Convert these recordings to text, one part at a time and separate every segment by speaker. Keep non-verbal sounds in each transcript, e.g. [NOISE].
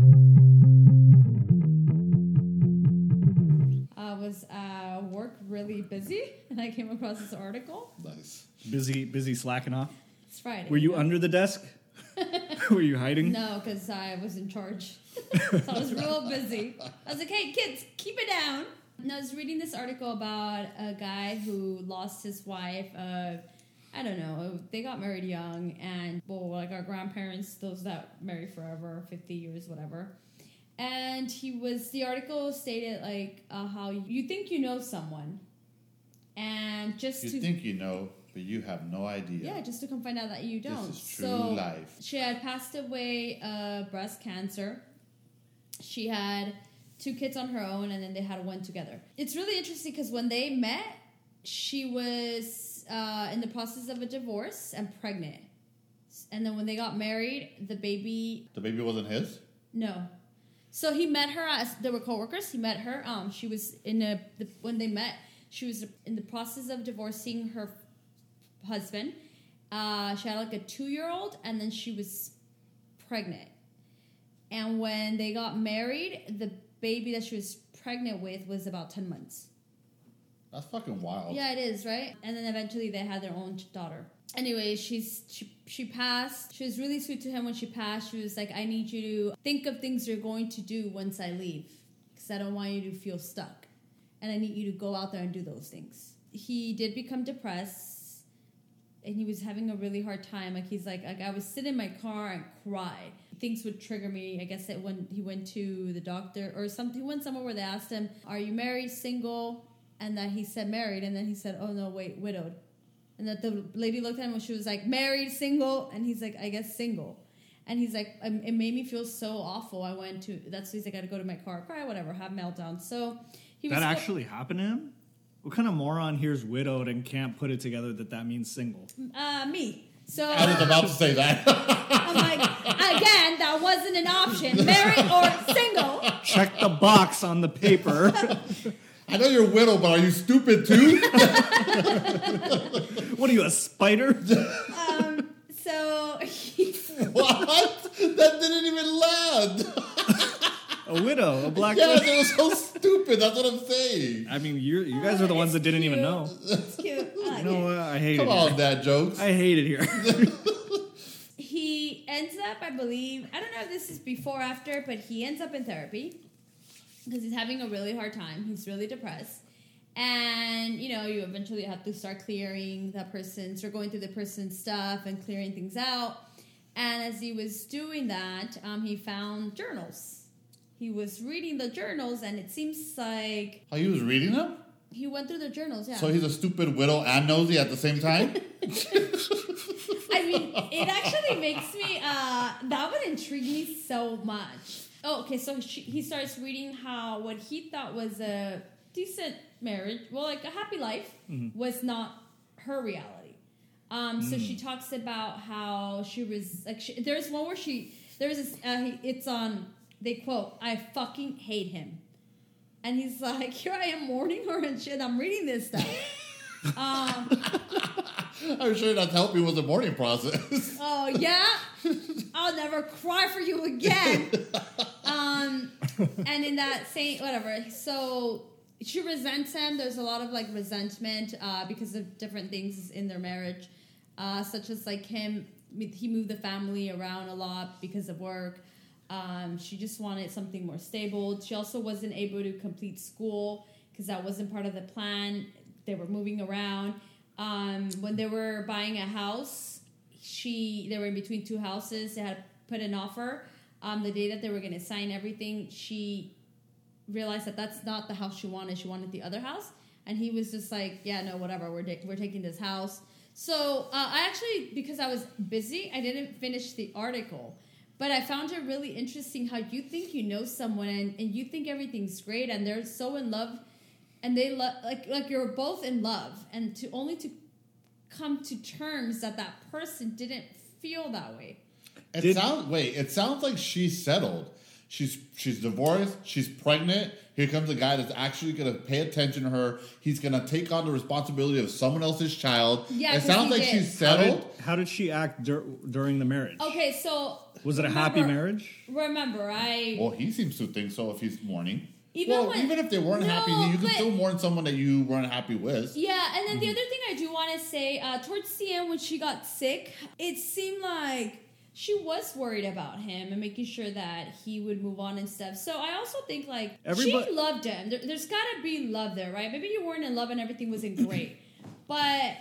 Speaker 1: uh, busy and I came across this article.
Speaker 2: Nice.
Speaker 3: Busy, busy slacking off.
Speaker 1: It's Friday.
Speaker 3: Were you
Speaker 1: know?
Speaker 3: under
Speaker 1: [LAUGHS]
Speaker 3: the desk? Were you hiding?
Speaker 1: No, because I was in charge. [LAUGHS] so I was real busy. I was like, hey, kids, keep it down. And I was reading this article about a guy who lost his wife. Uh, I don't know. They got married young, and well, like our grandparents, those that marry forever, 50 years, whatever. And he was, the article stated like uh, how you think you know someone. And just
Speaker 2: You
Speaker 1: to
Speaker 2: think you know, but you have no idea.
Speaker 1: yeah, just to come find out that you don't.
Speaker 2: This is true
Speaker 1: so
Speaker 2: life.
Speaker 1: she had passed away uh, breast cancer. She had two kids on her own, and then they had one together. It's really interesting because when they met, she was uh, in the process of a divorce and pregnant. And then when they got married, the baby
Speaker 2: The baby wasn't his.
Speaker 1: no. So he met her as they were coworkers. He met her. Um, she was in a the, when they met. She was in the process of divorcing her husband. Uh, she had like a two year old, and then she was pregnant. And when they got married, the baby that she was pregnant with was about ten months.
Speaker 2: That's fucking wild.
Speaker 1: Yeah, it is, right? And then eventually they had their own daughter. Anyway, she's she, she passed. She was really sweet to him when she passed. She was like, "I need you to think of things you're going to do once I leave, because I don't want you to feel stuck, and I need you to go out there and do those things." He did become depressed, and he was having a really hard time. Like he's like, like I would sit in my car and cry. Things would trigger me. I guess that when he went to the doctor or something, he went somewhere where they asked him, "Are you married, single?" and that he said married, and then he said, "Oh no, wait, widowed," and that the lady looked at him and she was like, "Married, single," and he's like, "I guess single," and he's like, um, "It made me feel so awful. I went to that's he's like, I got to go to my car, cry, whatever, have meltdown." So he was
Speaker 3: That
Speaker 1: still-
Speaker 3: actually happened to him? What kind of moron here's widowed and can't put it together that that means single?
Speaker 1: uh, me. So
Speaker 2: I was about to say that. [LAUGHS]
Speaker 1: I'm like, again, that wasn't an option, married or single.
Speaker 3: Check the box on
Speaker 1: [LAUGHS]
Speaker 3: the paper.
Speaker 2: I know you're a widow, but are you stupid too? [LAUGHS]
Speaker 3: what are you, a spider?
Speaker 1: So [LAUGHS] he
Speaker 2: what? That didn't even land. [LAUGHS]
Speaker 3: A widow, a black
Speaker 2: yeah,
Speaker 3: widow.
Speaker 2: that was so stupid. That's what I'm saying.
Speaker 3: I mean, you you guys are the
Speaker 1: Oh,
Speaker 3: ones that didn't even
Speaker 1: cute.
Speaker 3: know.
Speaker 1: it's cute. I like
Speaker 3: You know
Speaker 1: it.
Speaker 3: what? I hate
Speaker 2: Come
Speaker 3: it.
Speaker 2: on,
Speaker 3: here.
Speaker 2: dad jokes.
Speaker 3: I hate
Speaker 1: [LAUGHS]
Speaker 3: it here.
Speaker 1: he ends up, I believe, I don't know if this is before or after, but he ends up in therapy because he's having a really hard time. He's really depressed. And you know, you eventually have to start clearing that person's or going through the person's stuff and clearing things out. And as he was doing that, um, he found journals. He was reading the journals, and it seems like
Speaker 2: Oh, he was reading them?
Speaker 1: he went through the journals. Yeah,
Speaker 2: So he's a stupid widow and nosy at the
Speaker 1: [LAUGHS]
Speaker 2: same time?
Speaker 1: I mean, it actually makes me. Uh, that would intrigue me so much. Oh, okay. So she, he starts reading how what he thought was a decent marriage, well, like a happy life, was not her reality. Um, So she talks about how she was like. She, there's one where she there's this. Uh, it's on. They quote, "I fucking hate him," and he's like, [LAUGHS] "Here I am mourning her and shit. I'm reading this stuff." um,
Speaker 2: I'm sure that's helping with the mourning process. [LAUGHS]
Speaker 1: Oh yeah, I'll never cry for you again. Um, and in that same whatever, so she resents him. There's a lot of like resentment uh, because of different things in their marriage, uh, such as like him. He moved the family around a lot because of work. Um, she just wanted something more stable. She also wasn't able to complete school because that wasn't part of the plan. They were moving around. Um, when they were buying a house, she they were in between two houses. They had put an offer. Um, the day that they were going to sign everything, she realized that that's not the house she wanted. She wanted the other house, and he was just like, "Yeah, no, whatever. We're ta- we're taking this house." So uh, I actually, because I was busy, I didn't finish the article, but I found it really interesting how you think you know someone and, and you think everything's great, and they're so in love, and they love like like you're both in love, and to only to come to terms that that person didn't feel that way.
Speaker 2: It
Speaker 3: Did-
Speaker 2: sounds wait, it sounds like she's settled. She's she's divorced, she's pregnant. Here comes a guy that's actually gonna pay attention to her. He's gonna take on the responsibility of someone else's child.
Speaker 1: Yeah,
Speaker 2: it
Speaker 1: 'cause
Speaker 2: sounds
Speaker 1: he
Speaker 2: like
Speaker 1: did.
Speaker 2: she's
Speaker 3: How
Speaker 2: settled.
Speaker 3: did, how did she act dur- during the marriage?
Speaker 1: Okay, so
Speaker 3: Was it a happy
Speaker 1: remember-
Speaker 3: marriage?
Speaker 1: Remember, I
Speaker 2: Well, he seems to think so if he's mourning.
Speaker 1: Even
Speaker 2: Well,
Speaker 1: when,
Speaker 2: even if they weren't happy,
Speaker 1: No,
Speaker 2: you could
Speaker 1: but-
Speaker 2: still mourn someone that you weren't happy with.
Speaker 1: Yeah, and
Speaker 3: Mm-hmm.
Speaker 1: then the other thing I do want to say, uh, towards the end when she got sick, it seemed like she was worried about him and making sure that he would move on and stuff. So I also think like
Speaker 3: Everybo-
Speaker 1: she loved him. There, there's gotta be love there, right? Maybe you weren't in love and everything wasn't
Speaker 3: [CLEARS THROAT]
Speaker 1: great, but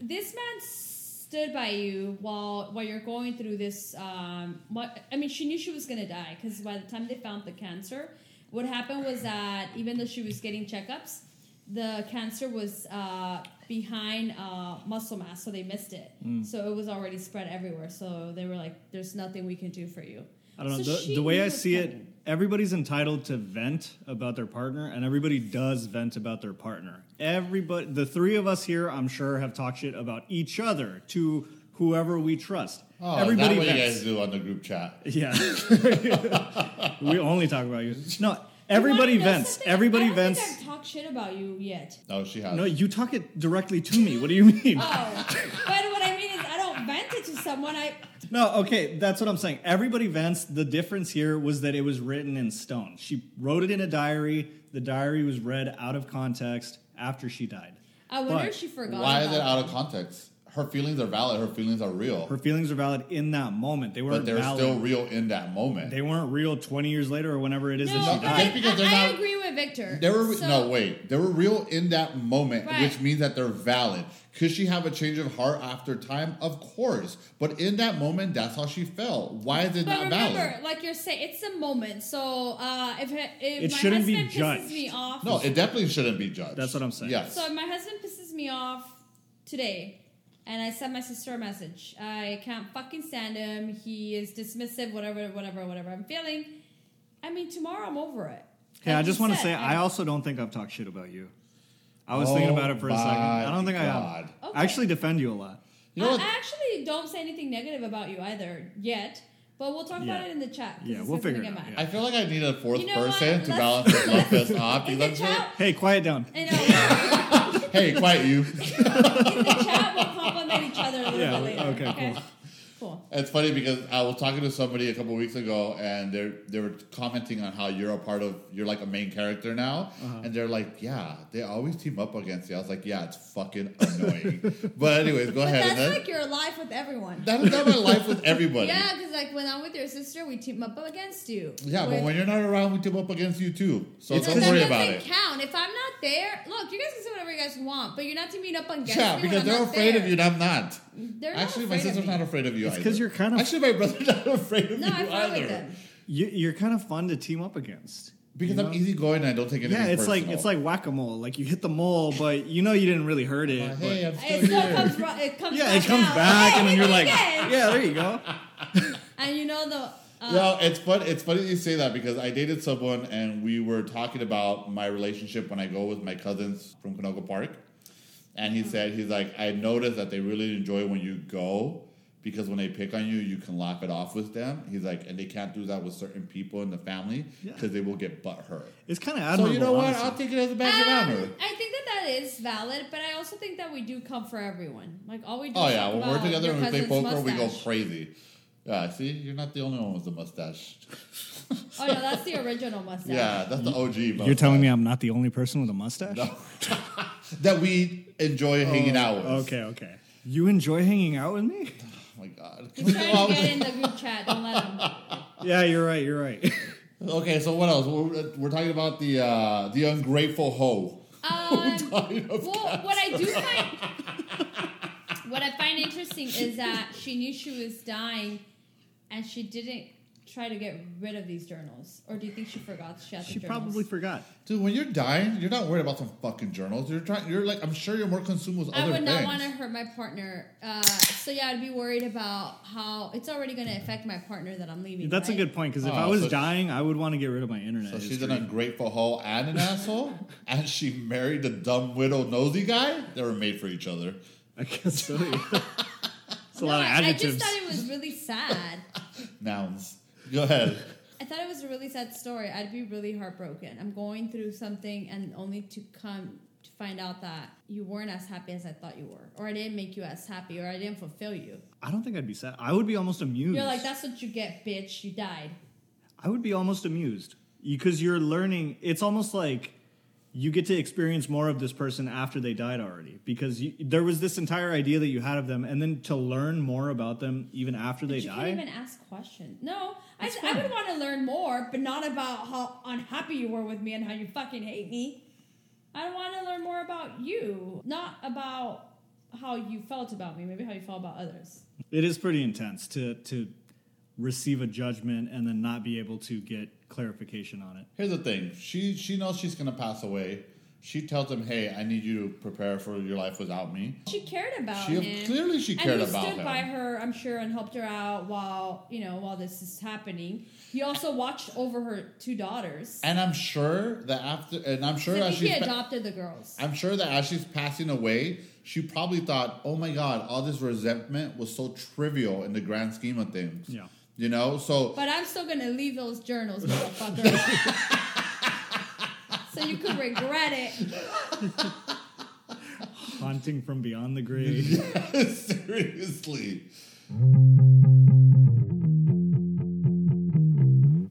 Speaker 1: this man stood by you while while you're going through this. Um, what, I mean, she knew she was gonna die because by the time they found the cancer, what happened was that even though she was getting checkups, the cancer was uh, behind uh, muscle mass, so they missed it.
Speaker 3: Mm.
Speaker 1: So it was already spread everywhere. So they were like, "There's nothing we can do for you."
Speaker 3: I don't know.
Speaker 1: So
Speaker 3: the,
Speaker 1: she
Speaker 3: the way
Speaker 1: knew
Speaker 3: I
Speaker 1: what's
Speaker 3: see it,
Speaker 1: coming.
Speaker 3: everybody's entitled to vent about their partner, and everybody does vent about their partner. Everybody, the three of us here, I'm sure, have talked shit about each other to whoever we trust.
Speaker 2: Oh, is
Speaker 3: everybody
Speaker 2: that what you guys
Speaker 3: vents.
Speaker 2: do on the group chat?
Speaker 3: Yeah, [LAUGHS] we only talk about you. No, everybody
Speaker 1: You wanna know
Speaker 3: vents.
Speaker 1: something? I
Speaker 3: Everybody
Speaker 1: don't
Speaker 3: vents.
Speaker 1: Think I've talked shit about you yet.
Speaker 2: No, she has.
Speaker 3: No, you talk it directly to me. What do you mean?
Speaker 1: [LAUGHS] Oh, but what I mean is, I don't vent it to someone. I
Speaker 3: No, okay, that's what I'm saying. Everybody vents. The difference here was that it was written in stone. She wrote it in a diary. The diary was read out of context after she died.
Speaker 1: I wonder
Speaker 3: But
Speaker 1: if she forgot.
Speaker 2: Why is
Speaker 1: about
Speaker 2: it out of context? Her feelings are valid. Her feelings are real,
Speaker 3: Her feelings are valid in that moment. They
Speaker 2: but
Speaker 3: weren't
Speaker 2: they're
Speaker 3: valid.
Speaker 2: still real in that moment.
Speaker 3: They weren't real 20 years later or whenever it is
Speaker 1: No,
Speaker 3: that she
Speaker 1: but
Speaker 3: died.
Speaker 2: Just because
Speaker 1: I,
Speaker 2: they're
Speaker 1: I
Speaker 2: not-
Speaker 1: agree with Victor.
Speaker 2: They were
Speaker 1: So-
Speaker 2: no wait. They were real in that moment,
Speaker 1: Right.
Speaker 2: which means that they're valid. Could she have a change of heart after time? Of course, but in that moment, that's how she felt. Why is it
Speaker 1: But
Speaker 2: not
Speaker 1: remember,
Speaker 2: valid?
Speaker 1: like you're saying, it's a moment. So uh, if, he- if
Speaker 3: It
Speaker 1: my
Speaker 3: shouldn't be
Speaker 1: husband pisses
Speaker 3: judged.
Speaker 1: me off,
Speaker 2: No, it definitely shouldn't be judged.
Speaker 3: That's what I'm saying.
Speaker 2: Yes.
Speaker 1: so if my husband pisses me off today, and I sent my sister a message. I can't fucking stand him. He is dismissive. Whatever, whatever, whatever. I'm feeling. I mean, tomorrow I'm over it.
Speaker 3: Okay, I
Speaker 1: Like
Speaker 3: just
Speaker 1: you
Speaker 3: want to
Speaker 1: said,
Speaker 3: say,
Speaker 1: I-
Speaker 3: I also don't think I've talked shit about you. I was thinking about it for a
Speaker 2: Oh
Speaker 3: second. I
Speaker 2: my
Speaker 3: don't think I have.
Speaker 2: God.
Speaker 1: Okay.
Speaker 3: I actually defend you a lot.
Speaker 2: you know
Speaker 1: I,
Speaker 2: what?
Speaker 1: I actually don't say anything negative about you either yet. But we'll talk
Speaker 3: Yeah.
Speaker 1: about it in the chat. 'cause
Speaker 3: Yeah,
Speaker 1: this
Speaker 3: we'll
Speaker 1: guy's gonna
Speaker 3: figure it
Speaker 1: get
Speaker 3: out,
Speaker 1: mad.
Speaker 3: yeah.
Speaker 2: I feel like I need a fourth
Speaker 1: You know what?
Speaker 2: person to
Speaker 1: Let's- [LAUGHS]
Speaker 2: balance this love fest off.
Speaker 1: In
Speaker 2: because
Speaker 1: the
Speaker 2: I'm
Speaker 1: [LAUGHS] chat,
Speaker 2: just-
Speaker 3: Hey, quiet down.
Speaker 1: I know.
Speaker 2: hey, quiet you.
Speaker 1: in the chat, we'll compliment each other a little
Speaker 3: Yeah,
Speaker 1: bit later.
Speaker 3: okay, cool.
Speaker 1: Cool.
Speaker 2: It's funny because I was talking to somebody a couple weeks ago, and they they were commenting on how you're a part of you're like a main character now,
Speaker 3: Uh-huh.
Speaker 2: and they're like, yeah, they always team up against you. I was like, yeah, it's fucking annoying. [LAUGHS] but anyways, go
Speaker 1: But
Speaker 2: ahead.
Speaker 1: that's
Speaker 2: And then,
Speaker 1: like your life with everyone.
Speaker 2: that is not my life with everybody.
Speaker 1: yeah, because like when I'm with your sister, we team up against you.
Speaker 2: Yeah, but
Speaker 1: With-
Speaker 2: when you're not around, we team up against you too. So
Speaker 3: It's
Speaker 2: don't
Speaker 1: But that
Speaker 2: worry
Speaker 1: doesn't
Speaker 2: about it.
Speaker 1: count. If I'm not there, look, you guys can say whatever you guys want, but you're not teaming up against
Speaker 2: Yeah,
Speaker 1: me
Speaker 2: because
Speaker 1: when I'm
Speaker 2: they're
Speaker 1: not
Speaker 2: afraid
Speaker 1: there.
Speaker 2: of you, and I'm not.
Speaker 1: They're not
Speaker 2: Actually, my
Speaker 1: afraid of
Speaker 2: sister's
Speaker 1: me.
Speaker 2: not afraid of you.
Speaker 3: It's 'cause
Speaker 2: either.
Speaker 3: you're kind of-
Speaker 2: Actually, my brother's [LAUGHS] not afraid of
Speaker 1: No,
Speaker 2: you
Speaker 1: I fought
Speaker 2: either.
Speaker 1: with them.
Speaker 3: You, you're kind of fun to team up against.
Speaker 2: Because
Speaker 3: you
Speaker 2: I'm
Speaker 3: know?
Speaker 2: easygoing and I don't take anything.
Speaker 3: Yeah, it's like
Speaker 2: personal.
Speaker 3: it's like whack a mole. Like you hit the mole, but you know you didn't really hurt it.
Speaker 2: Uh,
Speaker 3: but-
Speaker 2: hey, I'm
Speaker 1: It
Speaker 2: still
Speaker 1: still
Speaker 2: here.
Speaker 1: comes. ro- It comes.
Speaker 3: yeah,
Speaker 1: back
Speaker 3: it comes
Speaker 1: out.
Speaker 3: back,
Speaker 1: Hey,
Speaker 3: and then
Speaker 1: you [LAUGHS]
Speaker 3: you're
Speaker 1: did
Speaker 3: like,
Speaker 1: it again.
Speaker 3: yeah, there you go.
Speaker 1: And you know the. Uh,
Speaker 2: No, it's fun. It's funny you say that because I dated someone and we were talking about my relationship when I go with my cousins from Canoga Park, and he said he's like I noticed that they really enjoy when you go because when they pick on you, you can laugh it off with them. He's like, and they can't do that with certain people in the family
Speaker 3: Yeah.
Speaker 2: because they will get butthurt.
Speaker 3: It's kind of
Speaker 2: So
Speaker 3: admirable.
Speaker 2: you know what?
Speaker 3: honestly.
Speaker 2: I'll take it as a badge of
Speaker 1: Um,
Speaker 2: honor.
Speaker 1: I think that that is valid, but I also think that we do come for everyone. Like all we do.
Speaker 2: Oh
Speaker 1: is
Speaker 2: yeah,
Speaker 1: talk
Speaker 2: when we're
Speaker 1: about
Speaker 2: together
Speaker 1: your
Speaker 2: and we play
Speaker 1: cousin's
Speaker 2: poker, we go
Speaker 1: mustache.
Speaker 2: crazy. Yeah, see, you're not the only one with a mustache.
Speaker 1: Oh no, that's the
Speaker 2: [LAUGHS]
Speaker 1: original mustache.
Speaker 2: Yeah, that's the OG.
Speaker 3: You're telling me I'm not the only person with a mustache?
Speaker 2: that we enjoy hanging out with.
Speaker 3: Okay, okay. You enjoy hanging out with me?
Speaker 2: Oh my god. [LAUGHS] Can we
Speaker 1: He's
Speaker 2: go
Speaker 1: trying
Speaker 2: out
Speaker 1: to get
Speaker 2: with-
Speaker 1: in the group chat. Don't
Speaker 2: [LAUGHS]
Speaker 1: let him.
Speaker 3: Yeah, you're right. You're right. [LAUGHS]
Speaker 2: Okay, so what else? We're, we're talking about the uh, the ungrateful hoe. [LAUGHS]
Speaker 1: Um,
Speaker 2: Dying of
Speaker 1: well, what I do find,
Speaker 2: [LAUGHS]
Speaker 1: what I find interesting is that she knew she was dying, and she didn't try to get rid of these journals. Or do you think she forgot she had the
Speaker 3: she
Speaker 1: journals?
Speaker 3: probably forgot.
Speaker 2: Dude, when you're dying, you're not worried about some fucking journals. You're trying. You're like, I'm sure you're more consumed with
Speaker 1: I
Speaker 2: other
Speaker 1: would
Speaker 2: things.
Speaker 1: not want to hurt my partner. Uh, so yeah, I'd be worried about how it's already going to affect my partner that I'm leaving.
Speaker 3: That's a
Speaker 1: right?
Speaker 3: good point because if
Speaker 2: Oh,
Speaker 3: I was
Speaker 2: so-
Speaker 3: dying, I would want to get rid of my internet.
Speaker 2: So she's
Speaker 3: history.
Speaker 2: an ungrateful hoe and an asshole, [LAUGHS] and she married a dumb widow nosy guy. They were made for each other.
Speaker 3: [LAUGHS] I guess
Speaker 1: [LAUGHS]
Speaker 3: so. yeah. It's a
Speaker 1: No,
Speaker 3: lot of
Speaker 1: I- I
Speaker 3: adjectives.
Speaker 1: just thought it was really sad.
Speaker 2: Nouns. Go ahead.
Speaker 1: I thought it was a really sad story. I'd be really heartbroken. I'm going through something and only to come to find out that you weren't as happy as I thought you were, or I didn't make you as happy, or I didn't fulfill you.
Speaker 3: I don't think I'd be sad. I would be almost amused.
Speaker 1: You're like, that's what you get, bitch. You died.
Speaker 3: I would be almost amused. because you're learning. It's almost like you get to experience more of this person after they died already because you, there was this entire idea that you had of them, and then to learn more about them even after they
Speaker 1: you can't even
Speaker 3: die.
Speaker 1: ask questions. No, I, I would want to learn more, but not about how unhappy you were with me and how you fucking hate me. I want to learn more about you, not about how you felt about me. Maybe how you felt about others.
Speaker 3: It is pretty intense to to receive a judgment and then not be able to get clarification on it.
Speaker 2: Here's the thing. She she knows she's gonna pass away. She tells him, "Hey, I need you to prepare for your life without me."
Speaker 1: She cared about
Speaker 2: She-
Speaker 1: him.
Speaker 2: clearly she cared
Speaker 1: and he
Speaker 2: about
Speaker 1: stood
Speaker 2: him.
Speaker 1: by her, I'm sure, and helped her out while you know while this is happening. He also watched over her two daughters.
Speaker 2: And I'm sure that after, and I'm sure
Speaker 1: I
Speaker 2: as
Speaker 1: think he
Speaker 2: she's, pa-
Speaker 1: adopted the girls.
Speaker 2: I'm sure that as she's passing away, she probably thought, "Oh my God, all this resentment was so trivial in the grand scheme of things."
Speaker 3: Yeah.
Speaker 2: You know, so [LAUGHS]
Speaker 1: But I'm still gonna leave those journals, motherfucker. so you could regret it.
Speaker 3: Haunting from beyond
Speaker 2: [LAUGHS]
Speaker 3: the grave.
Speaker 2: Seriously.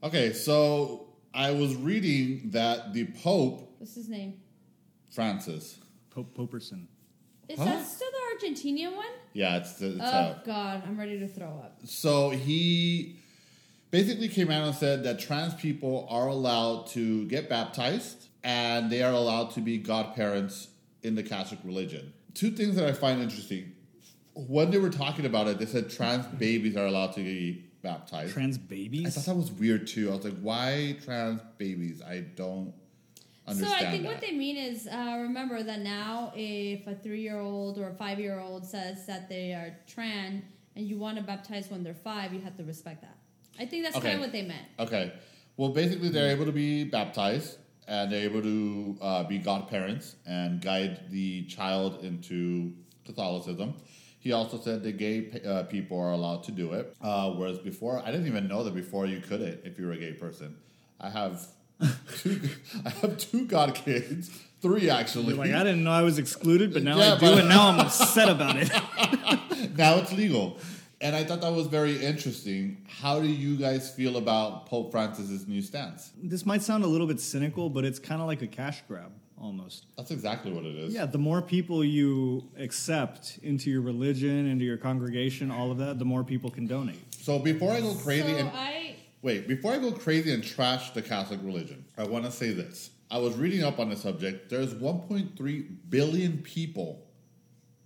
Speaker 2: Okay, so I was reading that the Pope
Speaker 1: What's his name?
Speaker 2: Francis.
Speaker 3: Pope Poperson.
Speaker 1: Is
Speaker 2: Huh?
Speaker 1: that still the Argentinian one?
Speaker 2: Yeah, it's the it's
Speaker 1: Oh
Speaker 2: out.
Speaker 1: God, I'm ready to throw up.
Speaker 2: So he basically came out and said that trans people are allowed to get baptized and they are allowed to be godparents in the Catholic religion. Two things that I find interesting. When they were talking about it, they said trans babies are allowed to be baptized.
Speaker 3: Trans
Speaker 2: I
Speaker 3: babies.
Speaker 2: thought that was weird too. I was like, why trans babies? I don't
Speaker 1: So
Speaker 2: understand.
Speaker 1: I think
Speaker 2: that.
Speaker 1: what they mean is uh, remember that now if a three-year-old or a five-year-old says that they are trans and you want to baptize when they're five, you have to respect that. I think that's
Speaker 2: Okay.
Speaker 1: kind of what they meant.
Speaker 2: Okay. Well, basically, they're able to be baptized and they're able to uh, be godparents and guide the child into Catholicism. He also said the gay pe- uh, people are allowed to do it, uh, whereas before, I didn't even know that before you couldn't if you were a gay person. I have two, I have two god kids, three actually.
Speaker 3: Like I didn't know I was excluded, but now
Speaker 2: Yeah,
Speaker 3: I do,
Speaker 2: but-
Speaker 3: and now I'm upset about it.
Speaker 2: [LAUGHS]
Speaker 3: [LAUGHS]
Speaker 2: now it's legal. And I thought that was very interesting. How do you guys feel about Pope Francis's new stance?
Speaker 3: This might sound a little bit cynical, but it's kind of like a cash grab almost.
Speaker 2: That's exactly what it is.
Speaker 3: Yeah, the more people you accept into your religion, into your congregation, all of that, the more people can donate.
Speaker 2: So before I go crazy
Speaker 1: So
Speaker 2: and
Speaker 1: I
Speaker 2: wait, before I go crazy and trash the Catholic religion, I want to say this. I was reading up on the subject. There's 1.3 billion people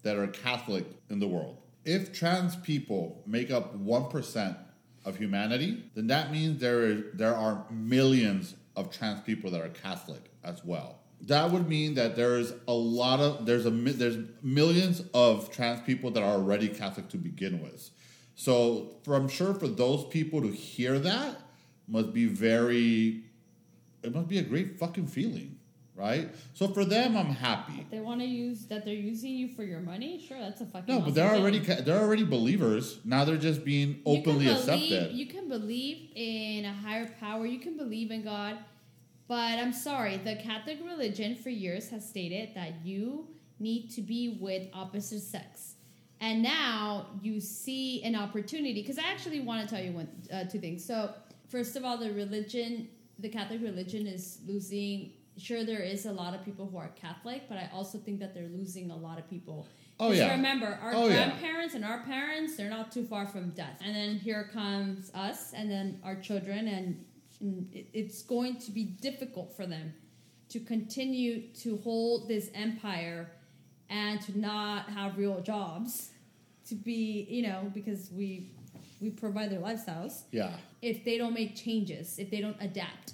Speaker 2: that are Catholic in the world. If trans people make up 1% of humanity, then that means there is there are millions of trans people that are Catholic as well. That would mean that there's a lot of there's a mi- there's millions of trans people that are already Catholic to begin with. So, for, I'm sure for those people to hear that must be very it must be a great fucking feeling, right? So for them I'm happy.
Speaker 1: they want to use that they're using you for your money. Sure, that's a fucking
Speaker 2: No, but they're
Speaker 1: awesome
Speaker 2: already
Speaker 1: thing.
Speaker 2: ca- they're already believers. Now they're just being
Speaker 1: You can
Speaker 2: openly
Speaker 1: believe-
Speaker 2: accepted.
Speaker 1: You can believe in a higher power. You can believe in God. But I'm sorry, the Catholic religion for years has stated that you need to be with opposite sex. And now you see an opportunity. Because I actually want to tell you one, uh, two things. So, first of all, the religion, the Catholic religion is losing. Sure, there is a lot of people who are Catholic, but I also think that they're losing a lot of people.
Speaker 2: Oh,
Speaker 1: 'Cause
Speaker 2: yeah.
Speaker 1: Remember, our
Speaker 2: Oh, yeah.
Speaker 1: grandparents parents and our parents they're not too far from death and then here comes us and then our children and, and it- it's going to be difficult for them to continue to hold this empire and to not have real jobs to be you know because we we provide their lifestyles
Speaker 2: yeah.
Speaker 1: if they don't make changes, if they don't adapt.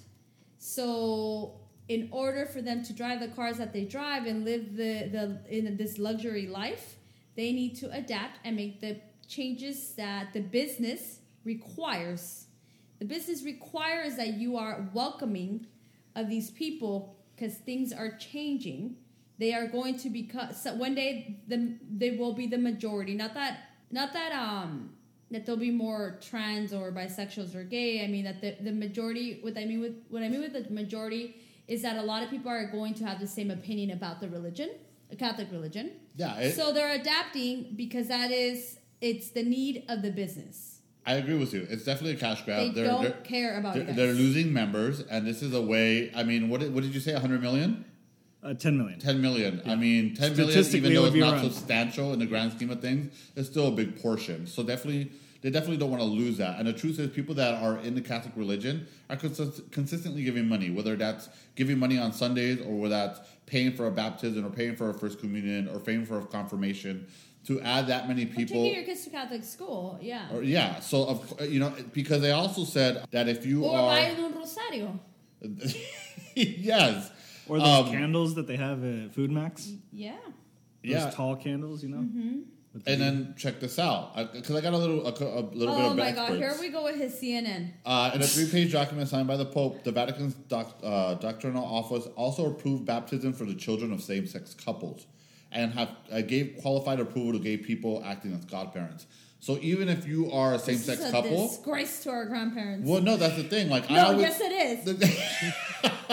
Speaker 1: So, in order for them to drive the cars that they drive and live the, the in this luxury life, they need to adapt and make the changes that the business requires. The business requires that you are welcoming of these people because things are changing. They are going to become so one day the, they will be the majority. Not that not that um that there'll be more trans or bisexuals or gay. I mean that the, the majority what I mean with what I mean with the majority is that a lot of people are going to have the same opinion about the religion, the Catholic religion.
Speaker 2: Yeah, it-
Speaker 1: so they're adapting because that is it's the need of the business.
Speaker 2: I agree with you. It's definitely a cash grab.
Speaker 1: They
Speaker 2: They're-
Speaker 1: don't
Speaker 2: they're-
Speaker 1: care about you
Speaker 2: they're,
Speaker 1: guys.
Speaker 2: they're losing members, and this is a way. I mean, what did, what did you say? 100 million?
Speaker 3: Uh, Ten million.
Speaker 2: 10 million. I mean, 10 million,
Speaker 3: Statistically,
Speaker 2: even
Speaker 3: it
Speaker 2: though
Speaker 3: would
Speaker 2: it's
Speaker 3: be
Speaker 2: not
Speaker 3: around.
Speaker 2: substantial in the grand scheme of things, it's still a big portion. So definitely, they definitely don't want to lose that. And the truth is, people that are in the Catholic religion are consist- consistently giving money, whether that's giving money on Sundays or whether that's paying for a baptism or paying for a first communion or paying for a confirmation. To add that many
Speaker 1: Or
Speaker 2: people,
Speaker 1: taking your kids to Catholic school, yeah.
Speaker 2: or, yeah. So of you know, because they also said that if you
Speaker 1: Or
Speaker 2: are
Speaker 1: buying un rosario.
Speaker 2: [LAUGHS] yes,
Speaker 3: Or those
Speaker 2: Um,
Speaker 3: candles that they have at Food Max. Those
Speaker 1: Yeah.
Speaker 2: yeah,
Speaker 3: tall candles, you know.
Speaker 1: Mm-hmm.
Speaker 3: With the-
Speaker 2: and then check this out because I got a little a, co- a little bit
Speaker 1: Oh
Speaker 2: of
Speaker 1: my
Speaker 2: backwards.
Speaker 1: God, here we go with his CNN.
Speaker 2: Uh, in a three-page document signed by the Pope, the Vatican's doc, uh, doctrinal office also approved baptism for the children of same-sex couples, and have uh, gave qualified approval to gay people acting as godparents. So even if you are a
Speaker 1: This
Speaker 2: same-sex
Speaker 1: is a
Speaker 2: couple,
Speaker 1: disgrace to our grandparents.
Speaker 2: well, no, that's the thing. Like, I
Speaker 1: No,
Speaker 2: always,
Speaker 1: yes, it is.
Speaker 2: [LAUGHS]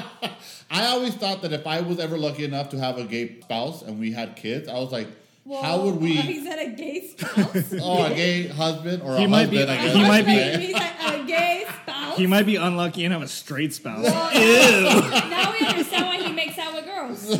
Speaker 2: I always thought that if I was ever lucky enough to have a gay spouse and we had kids, I was like, how
Speaker 1: Well, [LAUGHS]
Speaker 2: would we?
Speaker 1: He's at a gay
Speaker 2: [LAUGHS]
Speaker 3: [LAUGHS]
Speaker 1: spouse.
Speaker 2: Oh, a gay husband or
Speaker 3: He
Speaker 2: a
Speaker 3: might be-
Speaker 2: husband, I guess.
Speaker 3: he might be-
Speaker 2: right?
Speaker 1: He's at a gay spouse.
Speaker 3: he might be unlucky and have a straight spouse.
Speaker 1: [LAUGHS] Now we understand why he makes out with girls.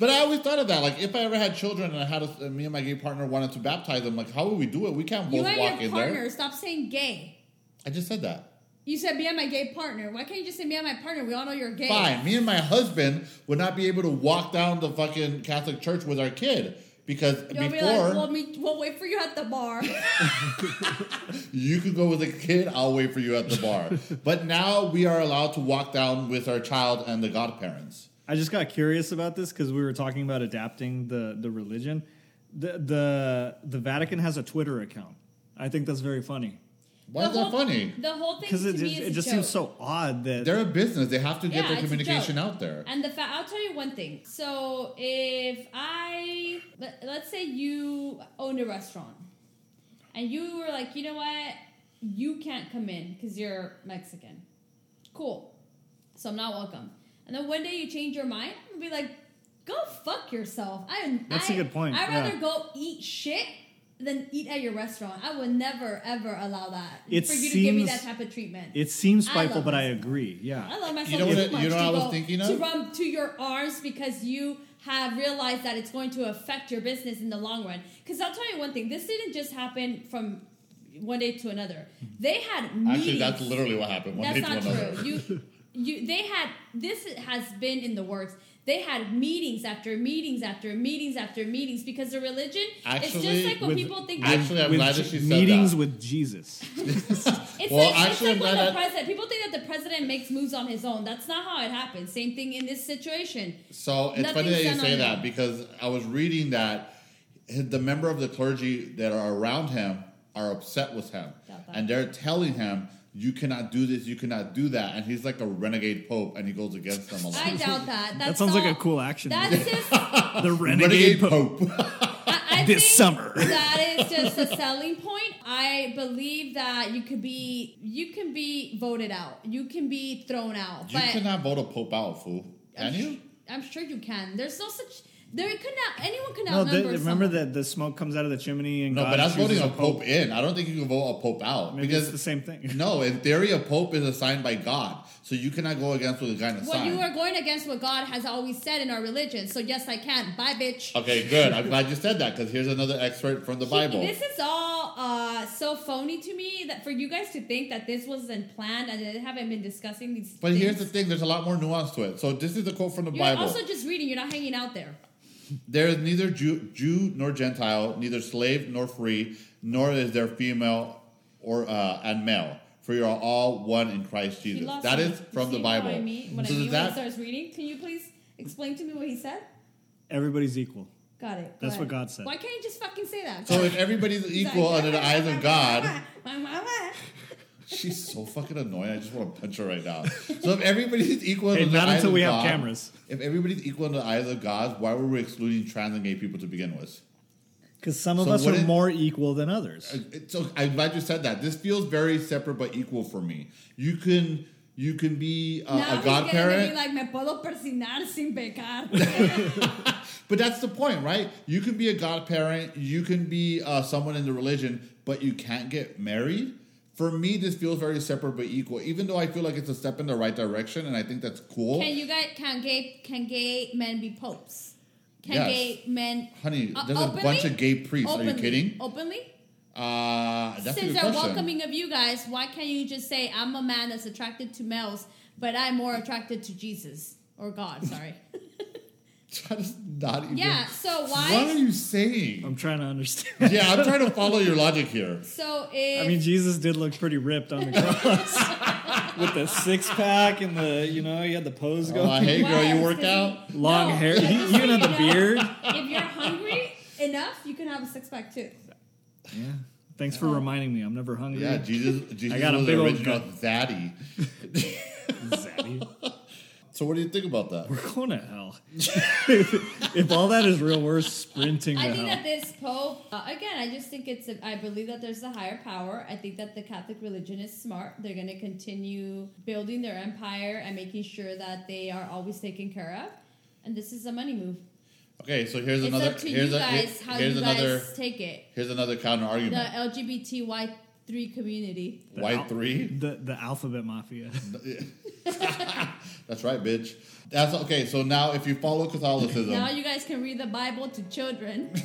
Speaker 2: But I always thought of that. Like, if I ever had children and I had a, me and my gay partner wanted to baptize them, like, how would we do it? We can't
Speaker 1: You
Speaker 2: both walk
Speaker 1: and your
Speaker 2: in
Speaker 1: partner.
Speaker 2: there.
Speaker 1: Stop saying gay.
Speaker 2: I just said that.
Speaker 1: You said be on my gay partner. Why can't you just say be on my partner? We all know you're gay.
Speaker 2: Fine. Me and my husband would not be able to walk down the fucking Catholic church with our kid because
Speaker 1: You'll be
Speaker 2: before
Speaker 1: like, we'll, meet, we'll wait for you at the bar.
Speaker 2: you could go with a kid, I'll wait for you at the
Speaker 1: [LAUGHS]
Speaker 2: bar. but now we are allowed to walk down with our child and the godparents.
Speaker 3: I just got curious about this because we were talking about adapting the the religion. The the the Vatican has a Twitter account. I think that's very funny
Speaker 2: Why is
Speaker 1: The
Speaker 2: that
Speaker 1: whole-
Speaker 2: funny?
Speaker 1: The whole thing
Speaker 3: because
Speaker 1: to
Speaker 3: it
Speaker 1: me
Speaker 3: just,
Speaker 1: is
Speaker 3: it
Speaker 1: a
Speaker 3: just
Speaker 1: joke.
Speaker 3: seems so odd that
Speaker 2: They're a business. They have to get
Speaker 1: Yeah,
Speaker 2: their
Speaker 1: it's a
Speaker 2: communication
Speaker 1: joke.
Speaker 2: out there.
Speaker 1: And the fact, I'll tell you one thing. So if I, let, let's say you owned a restaurant and you were like, you know what? You can't come in because you're Mexican. Cool. So I'm not welcome. And then one day you change your mind and be like, go fuck yourself. I,
Speaker 3: That's
Speaker 1: a
Speaker 3: a good point,
Speaker 1: I'd
Speaker 3: yeah.
Speaker 1: rather go eat shit than eat at your restaurant. I would never, ever allow that.
Speaker 3: It
Speaker 1: for you to give me
Speaker 3: seems-
Speaker 1: that type of treatment.
Speaker 3: it seems
Speaker 1: I
Speaker 3: spiteful,
Speaker 1: love
Speaker 3: but I
Speaker 1: myself.
Speaker 3: agree. Yeah,
Speaker 1: I love myself
Speaker 2: You know what
Speaker 1: too
Speaker 2: I- you
Speaker 1: much
Speaker 2: know
Speaker 1: to
Speaker 2: what I was
Speaker 1: go-
Speaker 2: thinking
Speaker 1: to
Speaker 2: of?
Speaker 1: run to your arms because you have realized that it's going to affect your business in the long run. Because I'll tell you one thing: this didn't just happen from one day to another. They had meetings.
Speaker 2: Actually, that's literally what happened. One
Speaker 1: That's
Speaker 2: day to
Speaker 1: not
Speaker 2: another.
Speaker 1: true. You, you, they had this has been in the works. They had meetings after meetings after meetings after meetings because the religion. it's
Speaker 2: Actually,
Speaker 1: just like what
Speaker 3: with-
Speaker 1: people think.
Speaker 2: Actually, I'm
Speaker 3: with
Speaker 2: glad that
Speaker 3: Je-
Speaker 2: she said
Speaker 3: meetings
Speaker 2: that. [LAUGHS]
Speaker 3: with Jesus.
Speaker 1: It's
Speaker 2: Well,
Speaker 1: like,
Speaker 2: actually, I'm
Speaker 1: it's like
Speaker 2: glad
Speaker 1: when the
Speaker 2: I-
Speaker 1: president. People think that the president makes moves on his own. That's not how it happens. Same thing in this situation.
Speaker 2: So it's funny
Speaker 1: Nothing's
Speaker 2: that you
Speaker 1: done
Speaker 2: say
Speaker 1: on
Speaker 2: that
Speaker 1: him.
Speaker 2: because I was reading that the member of the clergy that are around him are upset with him,
Speaker 1: Got that.
Speaker 2: and they're telling him, "You cannot do this. You cannot do that." And he's like a renegade pope, and he goes against them a lot.
Speaker 3: [LAUGHS]
Speaker 1: I doubt that. That's
Speaker 3: sounds like
Speaker 1: all-
Speaker 3: a cool action
Speaker 1: That's
Speaker 3: movie. [LAUGHS]
Speaker 1: just I,
Speaker 3: the
Speaker 2: renegade
Speaker 3: renegade, Pope.
Speaker 2: pope. [LAUGHS]
Speaker 1: I
Speaker 3: This
Speaker 1: think
Speaker 3: summer.
Speaker 1: that is just a selling point. I believe that you could be you can be voted out. You can be thrown out.
Speaker 2: you
Speaker 1: but
Speaker 2: cannot vote a pope out, fool. Can
Speaker 1: I'm su-
Speaker 2: you?
Speaker 1: I'm sure you can. There's no such. There could not anyone could
Speaker 3: No,
Speaker 1: outnumber.
Speaker 3: the, remember
Speaker 1: someone.
Speaker 3: that the smoke comes out of the chimney and
Speaker 2: No,
Speaker 3: God
Speaker 2: but that's
Speaker 3: chooses
Speaker 2: voting a pope in. I don't think you can vote a pope out
Speaker 3: Maybe
Speaker 2: because
Speaker 3: it's the same thing.
Speaker 2: [LAUGHS] No, in theory, a pope is assigned by God, so you cannot go against what God assigned.
Speaker 1: Well, you are going against what God has always said in our religion. So yes, I can. Bye, bitch.
Speaker 2: Okay, good. I'm glad you said that because here's another excerpt from the Bible.
Speaker 1: This is all uh, so phony to me that for you guys to think that this wasn't planned and they haven't been discussing these.
Speaker 2: But
Speaker 1: things.
Speaker 2: here's the thing: there's a lot more nuance to it. So this is a quote from the
Speaker 1: You're
Speaker 2: Bible.
Speaker 1: also just reading. You're not hanging out there.
Speaker 2: there is neither Jew, Jew nor Gentile, neither slave nor free, nor is there female or uh, and male, for you are all one in Christ
Speaker 1: You
Speaker 2: Jesus.
Speaker 1: lost
Speaker 2: That
Speaker 1: me.
Speaker 2: is
Speaker 1: You
Speaker 2: from the
Speaker 1: see what
Speaker 2: Bible.
Speaker 1: I mean, what
Speaker 2: so
Speaker 1: I mean when
Speaker 2: does
Speaker 1: he
Speaker 2: that
Speaker 1: starts reading. Can you please explain to me what he said?
Speaker 3: Everybody's equal.
Speaker 1: Got it. Go
Speaker 3: That's what
Speaker 1: ahead.
Speaker 3: God said.
Speaker 1: Why can't you just fucking say that?
Speaker 2: so if
Speaker 1: [LAUGHS]
Speaker 2: everybody's equal under the eyes of God, Uh, she's so fucking annoying. I just want to punch her right now. So if everybody's equal
Speaker 3: Hey,
Speaker 2: under
Speaker 3: not
Speaker 2: the eyes
Speaker 3: until
Speaker 2: of
Speaker 3: we have
Speaker 2: God-
Speaker 3: cameras.
Speaker 2: If everybody's equal under the eyes of God, why were we excluding trans and gay people to begin with?
Speaker 3: Because some of
Speaker 2: So
Speaker 3: us
Speaker 2: what
Speaker 3: are
Speaker 2: it-
Speaker 3: more equal than others.
Speaker 2: It's so I'm glad you said that. This feels very separate but equal for me. You can you can be uh,
Speaker 1: now
Speaker 2: a
Speaker 1: he's gonna
Speaker 2: godparent. [LAUGHS]
Speaker 1: be like, me puedo persinar sin pecar.
Speaker 2: But that's the point, right? You can be a godparent, you can be uh, someone in the religion, but you can't get married. For me, this feels very separate but equal. Even though I feel like it's a step in the right direction, and I think that's cool.
Speaker 1: Can you guys can gay can gay men be popes? Can
Speaker 2: Yes.
Speaker 1: gay men
Speaker 2: Honey,
Speaker 1: Uh,
Speaker 2: there's
Speaker 1: openly?
Speaker 2: a bunch of gay priests. Are you
Speaker 1: openly-
Speaker 2: kidding?
Speaker 1: Openly?
Speaker 2: Uh, that's a
Speaker 1: Since
Speaker 2: good
Speaker 1: they're
Speaker 2: question.
Speaker 1: welcoming of you guys, why can't you just say I'm a man that's attracted to males, but I'm more attracted to Jesus or
Speaker 2: [LAUGHS]
Speaker 1: God? Sorry.
Speaker 2: [LAUGHS] That is not even.
Speaker 1: yeah. So
Speaker 2: What are
Speaker 1: why?
Speaker 2: you saying?
Speaker 3: I'm trying to understand.
Speaker 2: yeah, I'm trying to follow your logic here.
Speaker 1: So if
Speaker 3: [LAUGHS] I mean, Jesus did look pretty ripped on the cross [LAUGHS] with the six pack and the, you know, he had the pose going.
Speaker 2: Uh, hey, girl,
Speaker 1: Why?
Speaker 2: you work
Speaker 1: Because
Speaker 2: out?
Speaker 1: he-
Speaker 3: Long
Speaker 1: No,
Speaker 3: hair.
Speaker 1: like,
Speaker 2: [LAUGHS]
Speaker 3: He
Speaker 1: just
Speaker 3: even
Speaker 1: so
Speaker 3: had the
Speaker 1: you know,
Speaker 3: beard.
Speaker 1: If you're hungry enough, you can have a six pack too.
Speaker 3: Yeah. Thanks for reminding me. I'm never hungry.
Speaker 2: Yeah, Jesus, Jesus
Speaker 3: got a
Speaker 2: was
Speaker 3: big
Speaker 2: the
Speaker 3: old
Speaker 2: original
Speaker 3: gut.
Speaker 2: zaddy.
Speaker 3: Zaddy.
Speaker 2: So, what do you think about that?
Speaker 3: We're going to hell. [LAUGHS] if all that is real, we're sprinting to
Speaker 1: I
Speaker 3: hell.
Speaker 1: think that this pope uh, again. I just think it's. A, I believe that there's a higher power. I think that the Catholic religion is smart. They're going to continue building their empire and making sure that they are always taken care of. And this is a money move.
Speaker 2: Okay, so here's
Speaker 1: it's
Speaker 2: another.
Speaker 1: up to
Speaker 2: here's
Speaker 1: you
Speaker 2: a, here-
Speaker 1: guys how
Speaker 2: here's
Speaker 1: you
Speaker 2: another.
Speaker 1: guys take it.
Speaker 2: Here's another counter
Speaker 1: The
Speaker 2: argument.
Speaker 1: LGBTY three community.
Speaker 2: Why three?
Speaker 3: The, the alphabet mafia.
Speaker 2: That's right, bitch. That's okay. So now, if you follow Catholicism,
Speaker 1: Now you guys can read the Bible to children. [LAUGHS]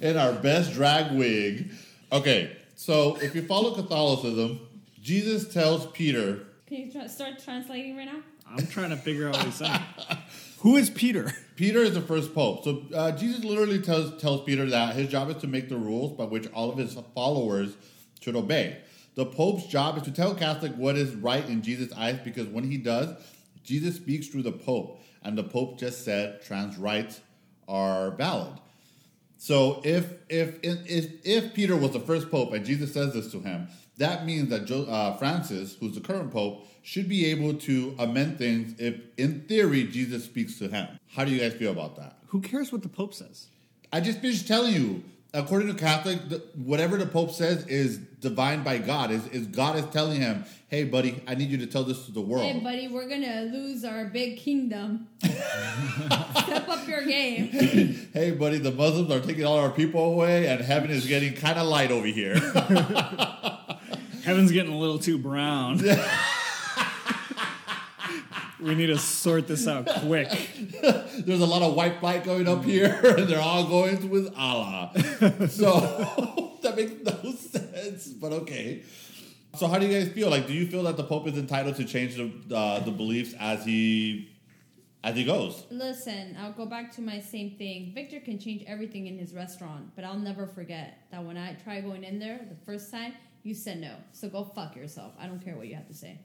Speaker 2: in our best drag wig. Okay, so if you follow Catholicism, Jesus tells Peter,
Speaker 1: can you tr- start translating right now?
Speaker 3: I'm trying to figure out what he's saying. Who is Peter?
Speaker 2: Peter is the first pope. So uh, Jesus literally tells, tells Peter that his job is to make the rules by which all of his followers should obey. The pope's job is to tell Catholic what is right in Jesus' eyes because when he does, Jesus speaks through the pope. And the pope just said trans rights are valid. So if if if if Peter was the first pope and Jesus says this to him, that means that jo- uh, Francis, who's the current pope, should be able to amend things if, in theory, Jesus speaks to him. How do you guys feel about that?
Speaker 3: Who cares what the Pope says?
Speaker 2: I just finished telling you. According to Catholic, the, whatever the Pope says is divine by God. Is is God is telling him, "Hey, buddy, I need you to tell this to the world."
Speaker 1: Hey, buddy, we're gonna lose our big
Speaker 2: [LAUGHS]
Speaker 1: kingdom. Step up your game.
Speaker 2: hey buddy, the Muslims are taking all our people away, and heaven is getting kind of light over here.
Speaker 1: [LAUGHS]
Speaker 3: Heaven's getting a little too brown. [LAUGHS] we need to sort this out quick.
Speaker 2: There's a lot of white flight going up here, [LAUGHS] and they're all going with
Speaker 3: [LAUGHS]
Speaker 2: Allah. so [LAUGHS] that makes no sense, but okay. So how do you guys feel? Like, do you feel that the Pope is entitled to change the uh, the beliefs as he as he goes?
Speaker 1: Listen, I'll go back to my same thing. Victor can change everything in his restaurant, but I'll never forget that when I try going in there the first time, you said no. So go fuck yourself. I don't care what you have to say.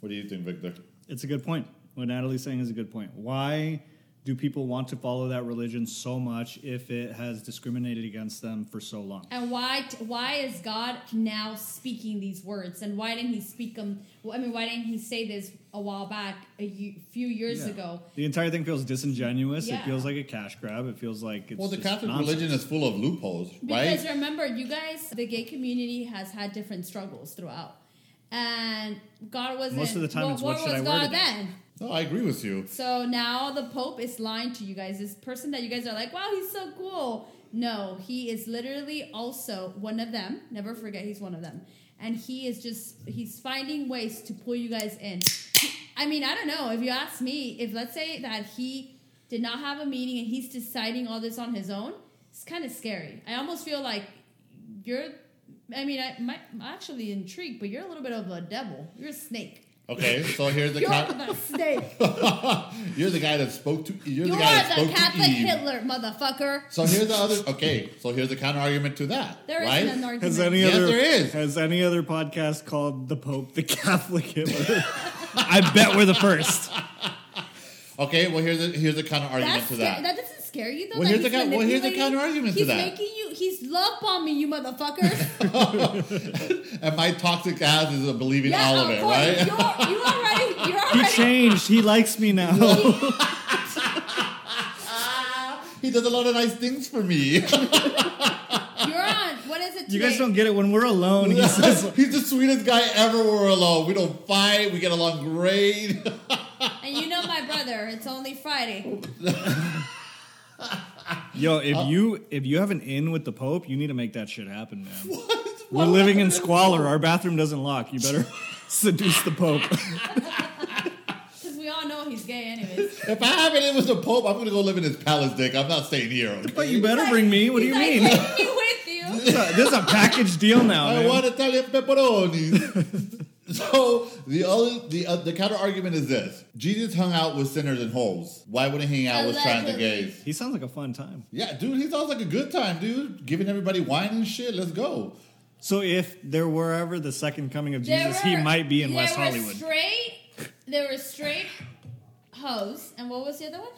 Speaker 2: What do you think, Victor?
Speaker 3: It's a good point. What Natalie's saying is a good point. Why do people want to follow that religion so much if it has discriminated against them for so long?
Speaker 1: And why? T- why is God now speaking these words? And why didn't He speak them? Well, I mean, why didn't He say this a while back, a ye- few years
Speaker 3: Yeah.
Speaker 1: ago?
Speaker 3: The entire thing feels disingenuous. It
Speaker 1: Yeah.
Speaker 3: feels like a cash grab. It feels like it's
Speaker 2: Well, the
Speaker 3: just
Speaker 2: Catholic
Speaker 3: nonsense.
Speaker 2: religion is full of loopholes, right?
Speaker 1: Because remember, you guys, the gay community has had different struggles throughout, and God wasn't.
Speaker 3: Most of the time
Speaker 1: well,
Speaker 3: it's what should
Speaker 1: was
Speaker 3: I wear
Speaker 1: God
Speaker 3: today?
Speaker 1: then?
Speaker 2: No, I agree with you.
Speaker 1: So now the Pope is lying to you guys. This person that you guys are like, wow, he's so cool. No, he is literally also one of them. Never forget, he's one of them. And he is just, he's finding ways to pull you guys in. I mean, I don't know. If you ask me, if let's say that he did not have a meeting and he's deciding all this on his own, it's kind of scary. I almost feel like you're, I mean, I, my, I'm actually intrigued, but you're a little bit of a devil. You're a snake.
Speaker 2: Okay, so here's
Speaker 1: [LAUGHS]
Speaker 2: the
Speaker 1: You're
Speaker 2: Catholic.
Speaker 1: the snake.
Speaker 2: You're the guy that spoke to. You're
Speaker 1: You
Speaker 2: the E.
Speaker 1: are
Speaker 2: guy that
Speaker 1: the
Speaker 2: spoke
Speaker 1: Catholic
Speaker 2: to Eve.
Speaker 1: Hitler, motherfucker.
Speaker 2: So here's the other. Okay, so here's the counter argument to that.
Speaker 1: There is
Speaker 2: right?
Speaker 1: an argument.
Speaker 3: Has any
Speaker 2: Yes,
Speaker 3: other
Speaker 2: there is.
Speaker 3: has any other podcast called the Pope the [LAUGHS] Catholic Hitler? I bet we're the first.
Speaker 2: Okay, well here's a, here's a counter argument
Speaker 1: That's
Speaker 2: to
Speaker 1: scar-
Speaker 2: that.
Speaker 1: that. doesn't scare you though.
Speaker 2: Well,
Speaker 1: that
Speaker 2: here's the
Speaker 1: he's
Speaker 2: coun- well, here's the
Speaker 1: manipulating?
Speaker 2: counterargument to
Speaker 1: he's
Speaker 2: that.
Speaker 1: making you. He's love bombing you,
Speaker 2: [LAUGHS]
Speaker 1: motherfuckers.
Speaker 2: and my toxic ass is believing
Speaker 1: yeah,
Speaker 2: all of it,
Speaker 1: course.
Speaker 2: right? [LAUGHS]
Speaker 1: You're, you already. You're
Speaker 3: He
Speaker 1: already.
Speaker 3: changed. He likes me now.
Speaker 2: He does a lot of nice things for [LAUGHS] me.
Speaker 1: You're on. What is it?
Speaker 3: You guys
Speaker 1: today?
Speaker 3: don't get it when we're alone. He says,
Speaker 2: He's the sweetest guy ever. We're alone. We don't fight. We get along great. [LAUGHS]
Speaker 1: And you know my my brother. It's only Friday.
Speaker 3: Yo, if you if you have an in with the Pope, you need to make that shit happen, man. We're living in squalor. Our bathroom doesn't lock. You better seduce the Pope.
Speaker 1: Because we all know he's gay, anyways.
Speaker 2: If I have it in with the Pope, I'm gonna go live in his palace, Dick. I'm not staying here. okay?
Speaker 3: But you better bring me. What do you
Speaker 1: He's
Speaker 3: mean?
Speaker 1: like,
Speaker 3: This
Speaker 1: Take me with you.
Speaker 3: is a- this is a package deal now,
Speaker 2: I
Speaker 3: man.
Speaker 2: want Italian pepperonis. [LAUGHS] so the other the uh, the counter argument is this: Jesus hung out with sinners and holes. Why would he hang out with trans and
Speaker 1: Allegedly.
Speaker 2: gays?
Speaker 3: He sounds like a fun time.
Speaker 2: Yeah, dude, he sounds like a good time, dude. Giving everybody wine and shit. Let's go.
Speaker 3: So if there were ever the second coming of
Speaker 1: There
Speaker 3: [LAUGHS] Jesus,
Speaker 1: were-
Speaker 3: he might be in
Speaker 1: there
Speaker 3: West
Speaker 1: were
Speaker 3: Hollywood.
Speaker 1: Straight, there were straight hoes, and what was the other one?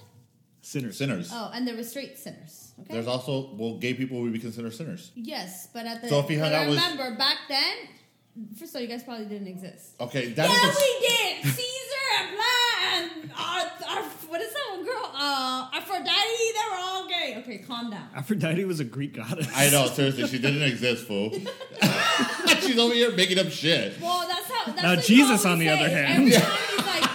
Speaker 3: Sinners.
Speaker 2: Sinners.
Speaker 1: Oh, and there were straight sinners. Okay.
Speaker 2: There's also well, gay people would be considered sinners.
Speaker 1: yes, but at the
Speaker 2: So if he hung
Speaker 1: but
Speaker 2: out with-
Speaker 1: remember back then. First of all, you guys probably didn't exist.
Speaker 2: Okay, that
Speaker 1: yeah,
Speaker 2: is a-
Speaker 1: we did. Caesar and blah and our, our, what is that one girl? Uh, Aphrodite. They were all gay. Okay, calm down.
Speaker 3: Aphrodite was a Greek goddess.
Speaker 2: I know, seriously, she didn't exist, fool. [LAUGHS] She's over here making up shit.
Speaker 1: Well, that's how. That's
Speaker 3: Now,
Speaker 1: what you
Speaker 3: Jesus,
Speaker 1: always
Speaker 3: on the
Speaker 1: say.
Speaker 3: other hand.
Speaker 1: Every time he's like,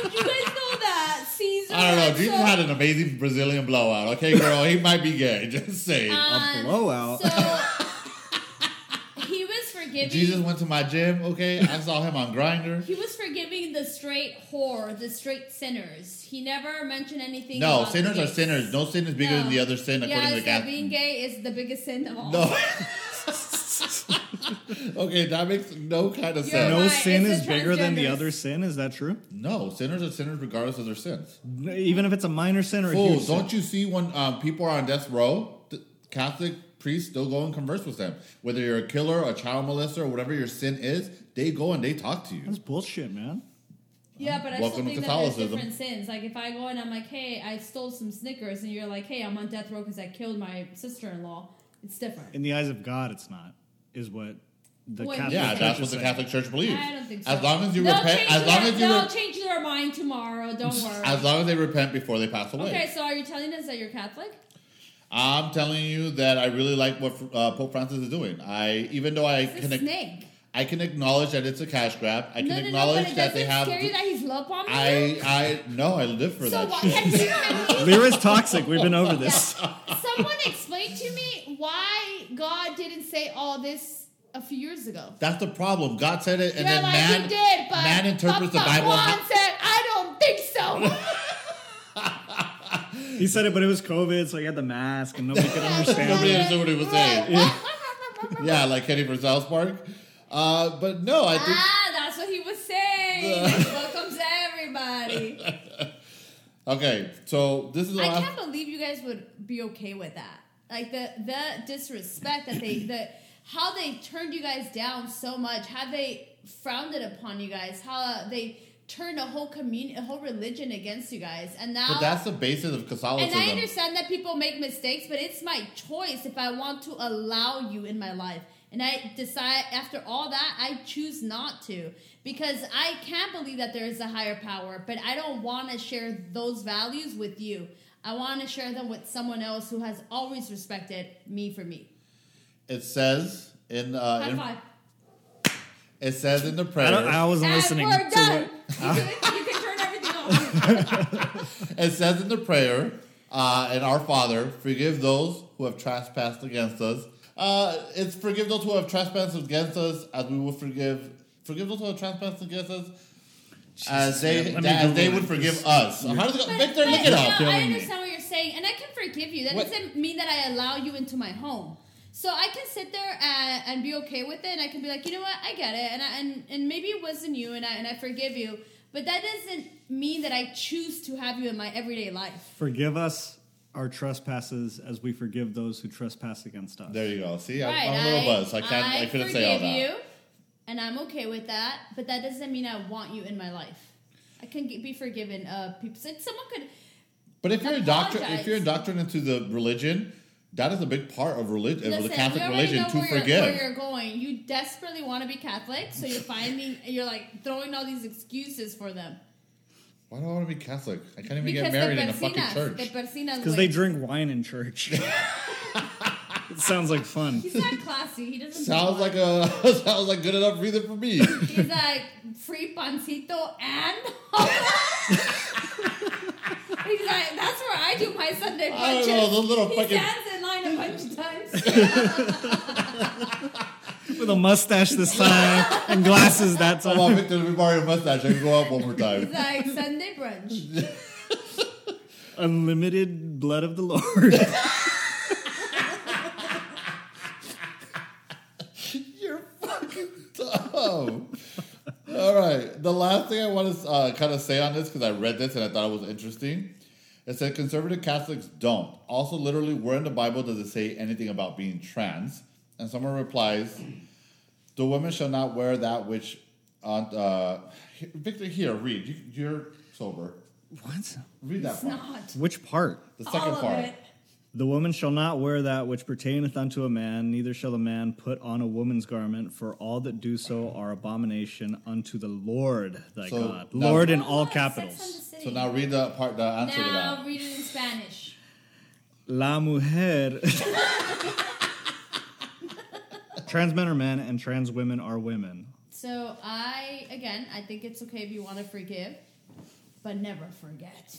Speaker 1: did you guys know that Caesar?
Speaker 2: I don't know.
Speaker 1: and
Speaker 2: Jesus
Speaker 1: so-
Speaker 2: had an amazing Brazilian blowout. Okay, girl, he might be gay. [LAUGHS] Just saying.
Speaker 1: Um,
Speaker 2: [LAUGHS]
Speaker 3: blowout.
Speaker 1: So he was forgiving.
Speaker 2: Jesus went to my gym. Okay, I saw him on Grinder.
Speaker 1: He was forgiving the straight whore, the straight sinners. He never mentioned anything.
Speaker 2: No,
Speaker 1: about
Speaker 2: sinners
Speaker 1: the
Speaker 2: are
Speaker 1: gays.
Speaker 2: sinners. No sin is bigger
Speaker 1: No.
Speaker 2: than the other sin, according
Speaker 1: yes,
Speaker 2: to the
Speaker 1: that
Speaker 2: Catholic.
Speaker 1: being gay is the biggest sin of all.
Speaker 2: No. [LAUGHS] okay, that makes no kind of
Speaker 1: You're
Speaker 2: sense.
Speaker 1: right.
Speaker 3: [LAUGHS] no sin
Speaker 1: it's
Speaker 3: is
Speaker 1: the
Speaker 3: bigger than the
Speaker 1: transgenders.
Speaker 3: other sin. Is that true?
Speaker 2: No, sinners are sinners regardless of their sins.
Speaker 3: N- Even if it's a minor sin or a
Speaker 2: Fool,
Speaker 3: huge sin.
Speaker 2: don't you see when um, people are on death row, the Catholic priests still go and converse with them. Whether you're a killer, a child molester, or whatever your sin is, they go and they talk to you.
Speaker 3: That's bullshit, man.
Speaker 1: Yeah, but I still think that
Speaker 2: Welcome to
Speaker 1: there's
Speaker 2: Catholicism.
Speaker 1: different sins. Like if I go and I'm like, hey, I stole some Snickers, and you're like, hey, I'm on death row because I killed my sister-in-law. It's different.
Speaker 3: In the eyes of God, it's not. Is what the
Speaker 1: Well,
Speaker 3: Catholic
Speaker 2: Yeah,
Speaker 1: Church
Speaker 2: that's
Speaker 3: is
Speaker 2: what the
Speaker 3: saying. [LAUGHS]
Speaker 2: Catholic Church believes.
Speaker 1: I don't think so.
Speaker 2: As long as you
Speaker 1: They'll
Speaker 2: repent,
Speaker 1: change
Speaker 2: as long
Speaker 1: their-
Speaker 2: as you
Speaker 1: they'll
Speaker 2: re-
Speaker 1: change their mind tomorrow. Don't worry.
Speaker 2: [LAUGHS] as long as they repent before they pass away.
Speaker 1: okay, so are you telling us that you're Catholic?
Speaker 2: I'm telling you that I really like what uh, Pope Francis is doing. I even though I
Speaker 1: It's a
Speaker 2: can
Speaker 1: snake.
Speaker 2: I can acknowledge that it's a cash grab. I can
Speaker 1: No, no, no,
Speaker 2: acknowledge
Speaker 1: but it
Speaker 2: that they
Speaker 1: doesn't
Speaker 2: have.
Speaker 1: scare you that he's love bombing you?
Speaker 2: I I no, I live for
Speaker 1: So
Speaker 2: that.
Speaker 1: why
Speaker 2: shit.
Speaker 1: can't you [LAUGHS]
Speaker 2: [LAUGHS]
Speaker 1: tell me?
Speaker 3: Lyra's toxic. We've been over this.
Speaker 4: [LAUGHS] Someone explain to me why God didn't say all this a few years ago.
Speaker 2: That's the problem. God said it, and
Speaker 4: You're
Speaker 2: then
Speaker 4: like,
Speaker 2: man
Speaker 4: he did, but
Speaker 2: man interprets the
Speaker 4: Papa
Speaker 2: Bible.
Speaker 4: Juan said, I don't think
Speaker 2: [LAUGHS]
Speaker 4: so.
Speaker 3: He said it, but it was COVID, so he had the mask and nobody
Speaker 4: [LAUGHS]
Speaker 3: could understand.
Speaker 2: Nobody understood what he was saying. [LAUGHS]
Speaker 4: Right.
Speaker 2: [LAUGHS] Yeah, like Kenny from South Park. Uh, but no, I think
Speaker 1: Ah, that's what he was
Speaker 2: [LAUGHS]
Speaker 1: saying. Welcomes everybody.
Speaker 2: okay. So this is the
Speaker 1: Ah. I
Speaker 2: last.
Speaker 1: can't believe you guys would be okay with that. Like the the disrespect that they the how they turned you guys down so much, how they frowned it upon you guys, how they turned a whole community, a whole religion against you guys, and now.
Speaker 2: But that's the basis of
Speaker 1: and
Speaker 2: Catholicism.
Speaker 1: I understand that people make mistakes, but it's my choice if I want to allow you in my life. And I decide after all that, I choose not to because I can't believe that there is a higher power, but I don't want to share those values with you. I want to share them with someone else who has always respected me for me.
Speaker 2: It says in, uh,
Speaker 1: High
Speaker 2: in-
Speaker 1: five.
Speaker 2: it says in the prayer.
Speaker 3: I, don't, I wasn't
Speaker 1: And
Speaker 3: listening
Speaker 1: we're
Speaker 3: to
Speaker 1: done.
Speaker 3: what
Speaker 1: You, can, you can turn everything
Speaker 3: [LAUGHS]
Speaker 1: off.
Speaker 2: It says in the prayer, uh, and our Father, forgive those who have trespassed against us. Uh, it's forgive those who have trespassed against us, as we will forgive. Forgive those who have trespassed against us, as
Speaker 3: man,
Speaker 2: they
Speaker 3: let me
Speaker 2: as they
Speaker 3: Google
Speaker 2: would
Speaker 3: it.
Speaker 2: forgive
Speaker 3: This-
Speaker 2: us. How does it go?
Speaker 1: But-
Speaker 2: Victor,
Speaker 1: but,
Speaker 2: look
Speaker 1: you
Speaker 2: it
Speaker 1: know,
Speaker 2: up.
Speaker 1: I
Speaker 3: Killing me.
Speaker 1: understand what you're saying, and I can forgive you. That
Speaker 2: What-
Speaker 1: doesn't mean that I allow you into my home. So I can sit there and, and be okay with it, and I can be like, you know what, I get it, and I, and and maybe it wasn't you, and I and I forgive you. But that doesn't mean that I choose to have you in my everyday life.
Speaker 3: Forgive us our trespasses as we forgive those who trespass against us.
Speaker 2: There you go. See, I,
Speaker 1: right?
Speaker 2: I'm a little buzzed. I can't. I, couldn't say all
Speaker 1: forgive
Speaker 2: that.
Speaker 1: you, and I'm okay with that. But that doesn't mean I want you in my life. I can get, be forgiven of people. So someone could.
Speaker 2: But if you're a doctor, if
Speaker 1: Apologize.
Speaker 2: you're indoctrinated into the religion, that is a big part of religion, of the
Speaker 1: Listen,
Speaker 2: Catholic
Speaker 1: we already
Speaker 2: religion,
Speaker 1: know
Speaker 2: to
Speaker 1: where
Speaker 2: forgive.
Speaker 1: You're, where you're going, you desperately want to be Catholic, so you're finding you're like throwing all these excuses for them
Speaker 2: Why do I want to be Catholic? I can't even
Speaker 1: because
Speaker 2: get married
Speaker 1: the
Speaker 2: in a fucking
Speaker 1: persinas,
Speaker 2: church.
Speaker 1: the persinas,
Speaker 3: Because
Speaker 1: way.
Speaker 3: they drink wine in church. It sounds like fun.
Speaker 1: He's not classy. He doesn't.
Speaker 2: Sounds like a [LAUGHS] sounds like good enough reason for me.
Speaker 1: He's like free pancito and. [LAUGHS] He's like, that's where I do my Sunday
Speaker 2: I don't
Speaker 1: punches.
Speaker 2: know, those little
Speaker 1: he
Speaker 2: fucking-
Speaker 1: stands in line a bunch of times.
Speaker 3: With a mustache this time and glasses that
Speaker 2: Come on,
Speaker 3: time.
Speaker 2: Victor Mario mustache. I can go up one more
Speaker 1: [LAUGHS]
Speaker 2: time.
Speaker 1: He's like Sunday brunch.
Speaker 2: [LAUGHS]
Speaker 3: Unlimited blood of the Lord. [LAUGHS]
Speaker 2: You're fucking dumb. All right. The last thing I want to uh, kind of say on this, because I read this and I thought it was interesting, it said conservative Catholics don't. Also, literally, where in the Bible does it say anything about being trans? And someone replies, the woman shall not wear that which. on uh, he- Victor, here, read. You, you're sober.
Speaker 3: what?
Speaker 2: Read that
Speaker 1: It's
Speaker 2: part.
Speaker 1: not.
Speaker 3: Which part?
Speaker 2: The second
Speaker 1: All of
Speaker 2: part.
Speaker 1: it.
Speaker 3: The woman shall not wear that which pertaineth unto a man, neither shall a man put on a woman's garment, for all that do so are abomination unto the Lord thy
Speaker 2: So,
Speaker 3: God.
Speaker 2: now-
Speaker 3: Lord in all
Speaker 1: Sex and the
Speaker 3: capitals.
Speaker 1: City.
Speaker 2: So now read the part, the answer to that.
Speaker 1: Now read it in Spanish.
Speaker 3: La mujer. trans men are men, and trans women are women.
Speaker 1: So I again, I think it's okay if you want to forgive, but never
Speaker 2: [LAUGHS]
Speaker 1: forget.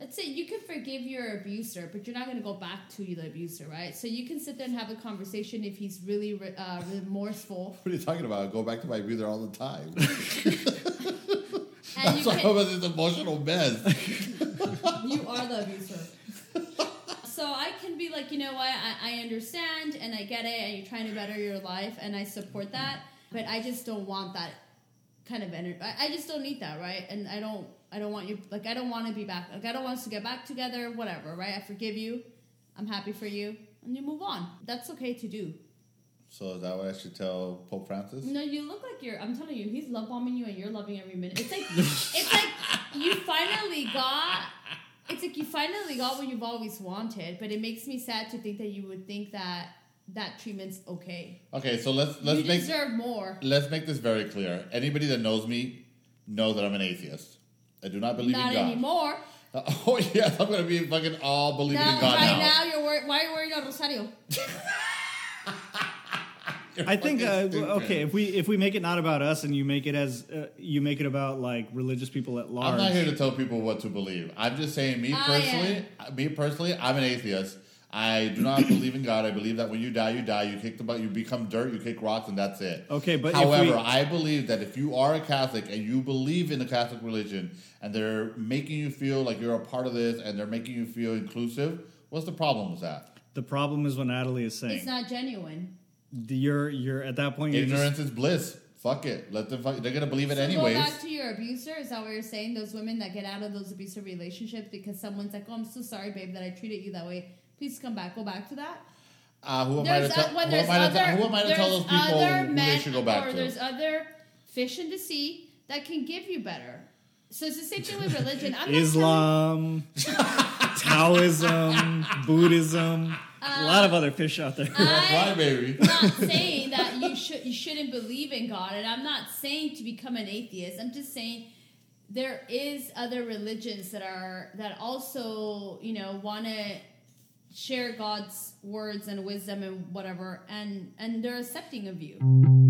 Speaker 1: Let's say you can forgive your abuser, but you're not going to go back to the abuser, right? So you can sit there and have a conversation if he's really re- uh, remorseful,
Speaker 2: What are you talking about? I go back to my breather all the
Speaker 1: [LAUGHS]
Speaker 2: time. [LAUGHS]
Speaker 1: and
Speaker 2: That's
Speaker 1: you
Speaker 2: why
Speaker 1: can,
Speaker 2: I was this emotional mess.
Speaker 1: You are the abuser. so I can be like, you know what, I, I understand and I get it, and you're trying to better your life, and I support that, but I just don't want that kind of energy. I, I just don't need that, right? And I don't, I don't want you, like, I don't want to be back, like, I don't want us to get back together, whatever, right? I forgive you, I'm happy for you, and you move on. That's okay to do.
Speaker 2: So is that what I should tell Pope Francis?
Speaker 1: No, you look like you're. I'm telling you, he's love bombing you, and you're loving every minute.
Speaker 2: [LAUGHS]
Speaker 1: It's like it's like you finally got. It's like you finally got what you've always wanted, but it makes me sad to think that you would think that that treatment's okay.
Speaker 2: Okay, so let's let's
Speaker 1: you
Speaker 2: make
Speaker 1: deserve more.
Speaker 2: let's make this very clear. Anybody that knows me knows that I'm an atheist. I do not believe
Speaker 1: Not
Speaker 2: in God.
Speaker 1: anymore.
Speaker 2: [LAUGHS] Oh yes, I'm gonna be fucking all believing
Speaker 1: Now,
Speaker 2: in God
Speaker 1: right
Speaker 2: now. [LAUGHS]
Speaker 1: now, you're wor- why are you worried about Rosario?
Speaker 3: I think
Speaker 2: Fucking
Speaker 3: uh, w-
Speaker 2: stupid.
Speaker 3: okay if we if we make it not about us and you make it as uh, you make it about like religious people at large.
Speaker 2: I'm not here to tell people what to believe. I'm just saying, me
Speaker 1: I
Speaker 2: personally, me personally, I'm an atheist. I do not believe in God. I believe that when you die, you die. You kick the butt. You become dirt. You kick rocks, and that's it.
Speaker 3: Okay, but if
Speaker 2: however,
Speaker 3: we-
Speaker 2: I believe that if you are a Catholic and you believe in the Catholic religion, and they're making you feel like you're a part of this, and they're making you feel inclusive, what's the problem with that?
Speaker 3: the problem is what Natalie is saying.
Speaker 1: It's not genuine.
Speaker 3: The- you're you're at that point. You're just,
Speaker 2: Ignorance is bliss. Fuck it. Let them. Fuck, they're gonna believe it
Speaker 1: So
Speaker 2: anyways.
Speaker 1: Go back to your abuser. Is that what you're saying? Those women that get out of those abusive relationships because someone's like, "Oh, I'm so sorry, babe, that I treated you that way. Please come back. Go back to that."
Speaker 2: Uh, who am I to
Speaker 4: There's,
Speaker 2: tell?
Speaker 4: uh,
Speaker 2: Who
Speaker 4: when
Speaker 2: am I
Speaker 4: there's
Speaker 2: to
Speaker 4: other,
Speaker 2: tell- who am I to tell
Speaker 4: there's
Speaker 2: those people
Speaker 4: other
Speaker 2: who
Speaker 4: men,
Speaker 2: they should go back
Speaker 4: or
Speaker 2: to?
Speaker 4: there's other fish in the sea that can give you better.
Speaker 1: So it's the same thing with religion. I'm not
Speaker 2: [LAUGHS]
Speaker 3: Islam, Taoism, Buddhism, a lot of other fish out there.
Speaker 2: [LAUGHS] That's
Speaker 1: I-
Speaker 2: right, baby.
Speaker 1: not saying that you should you shouldn't believe in God, and I'm not saying to become an atheist. I'm just saying there is other religions that are that also you know want to share God's words and wisdom and whatever, and and they're accepting of you.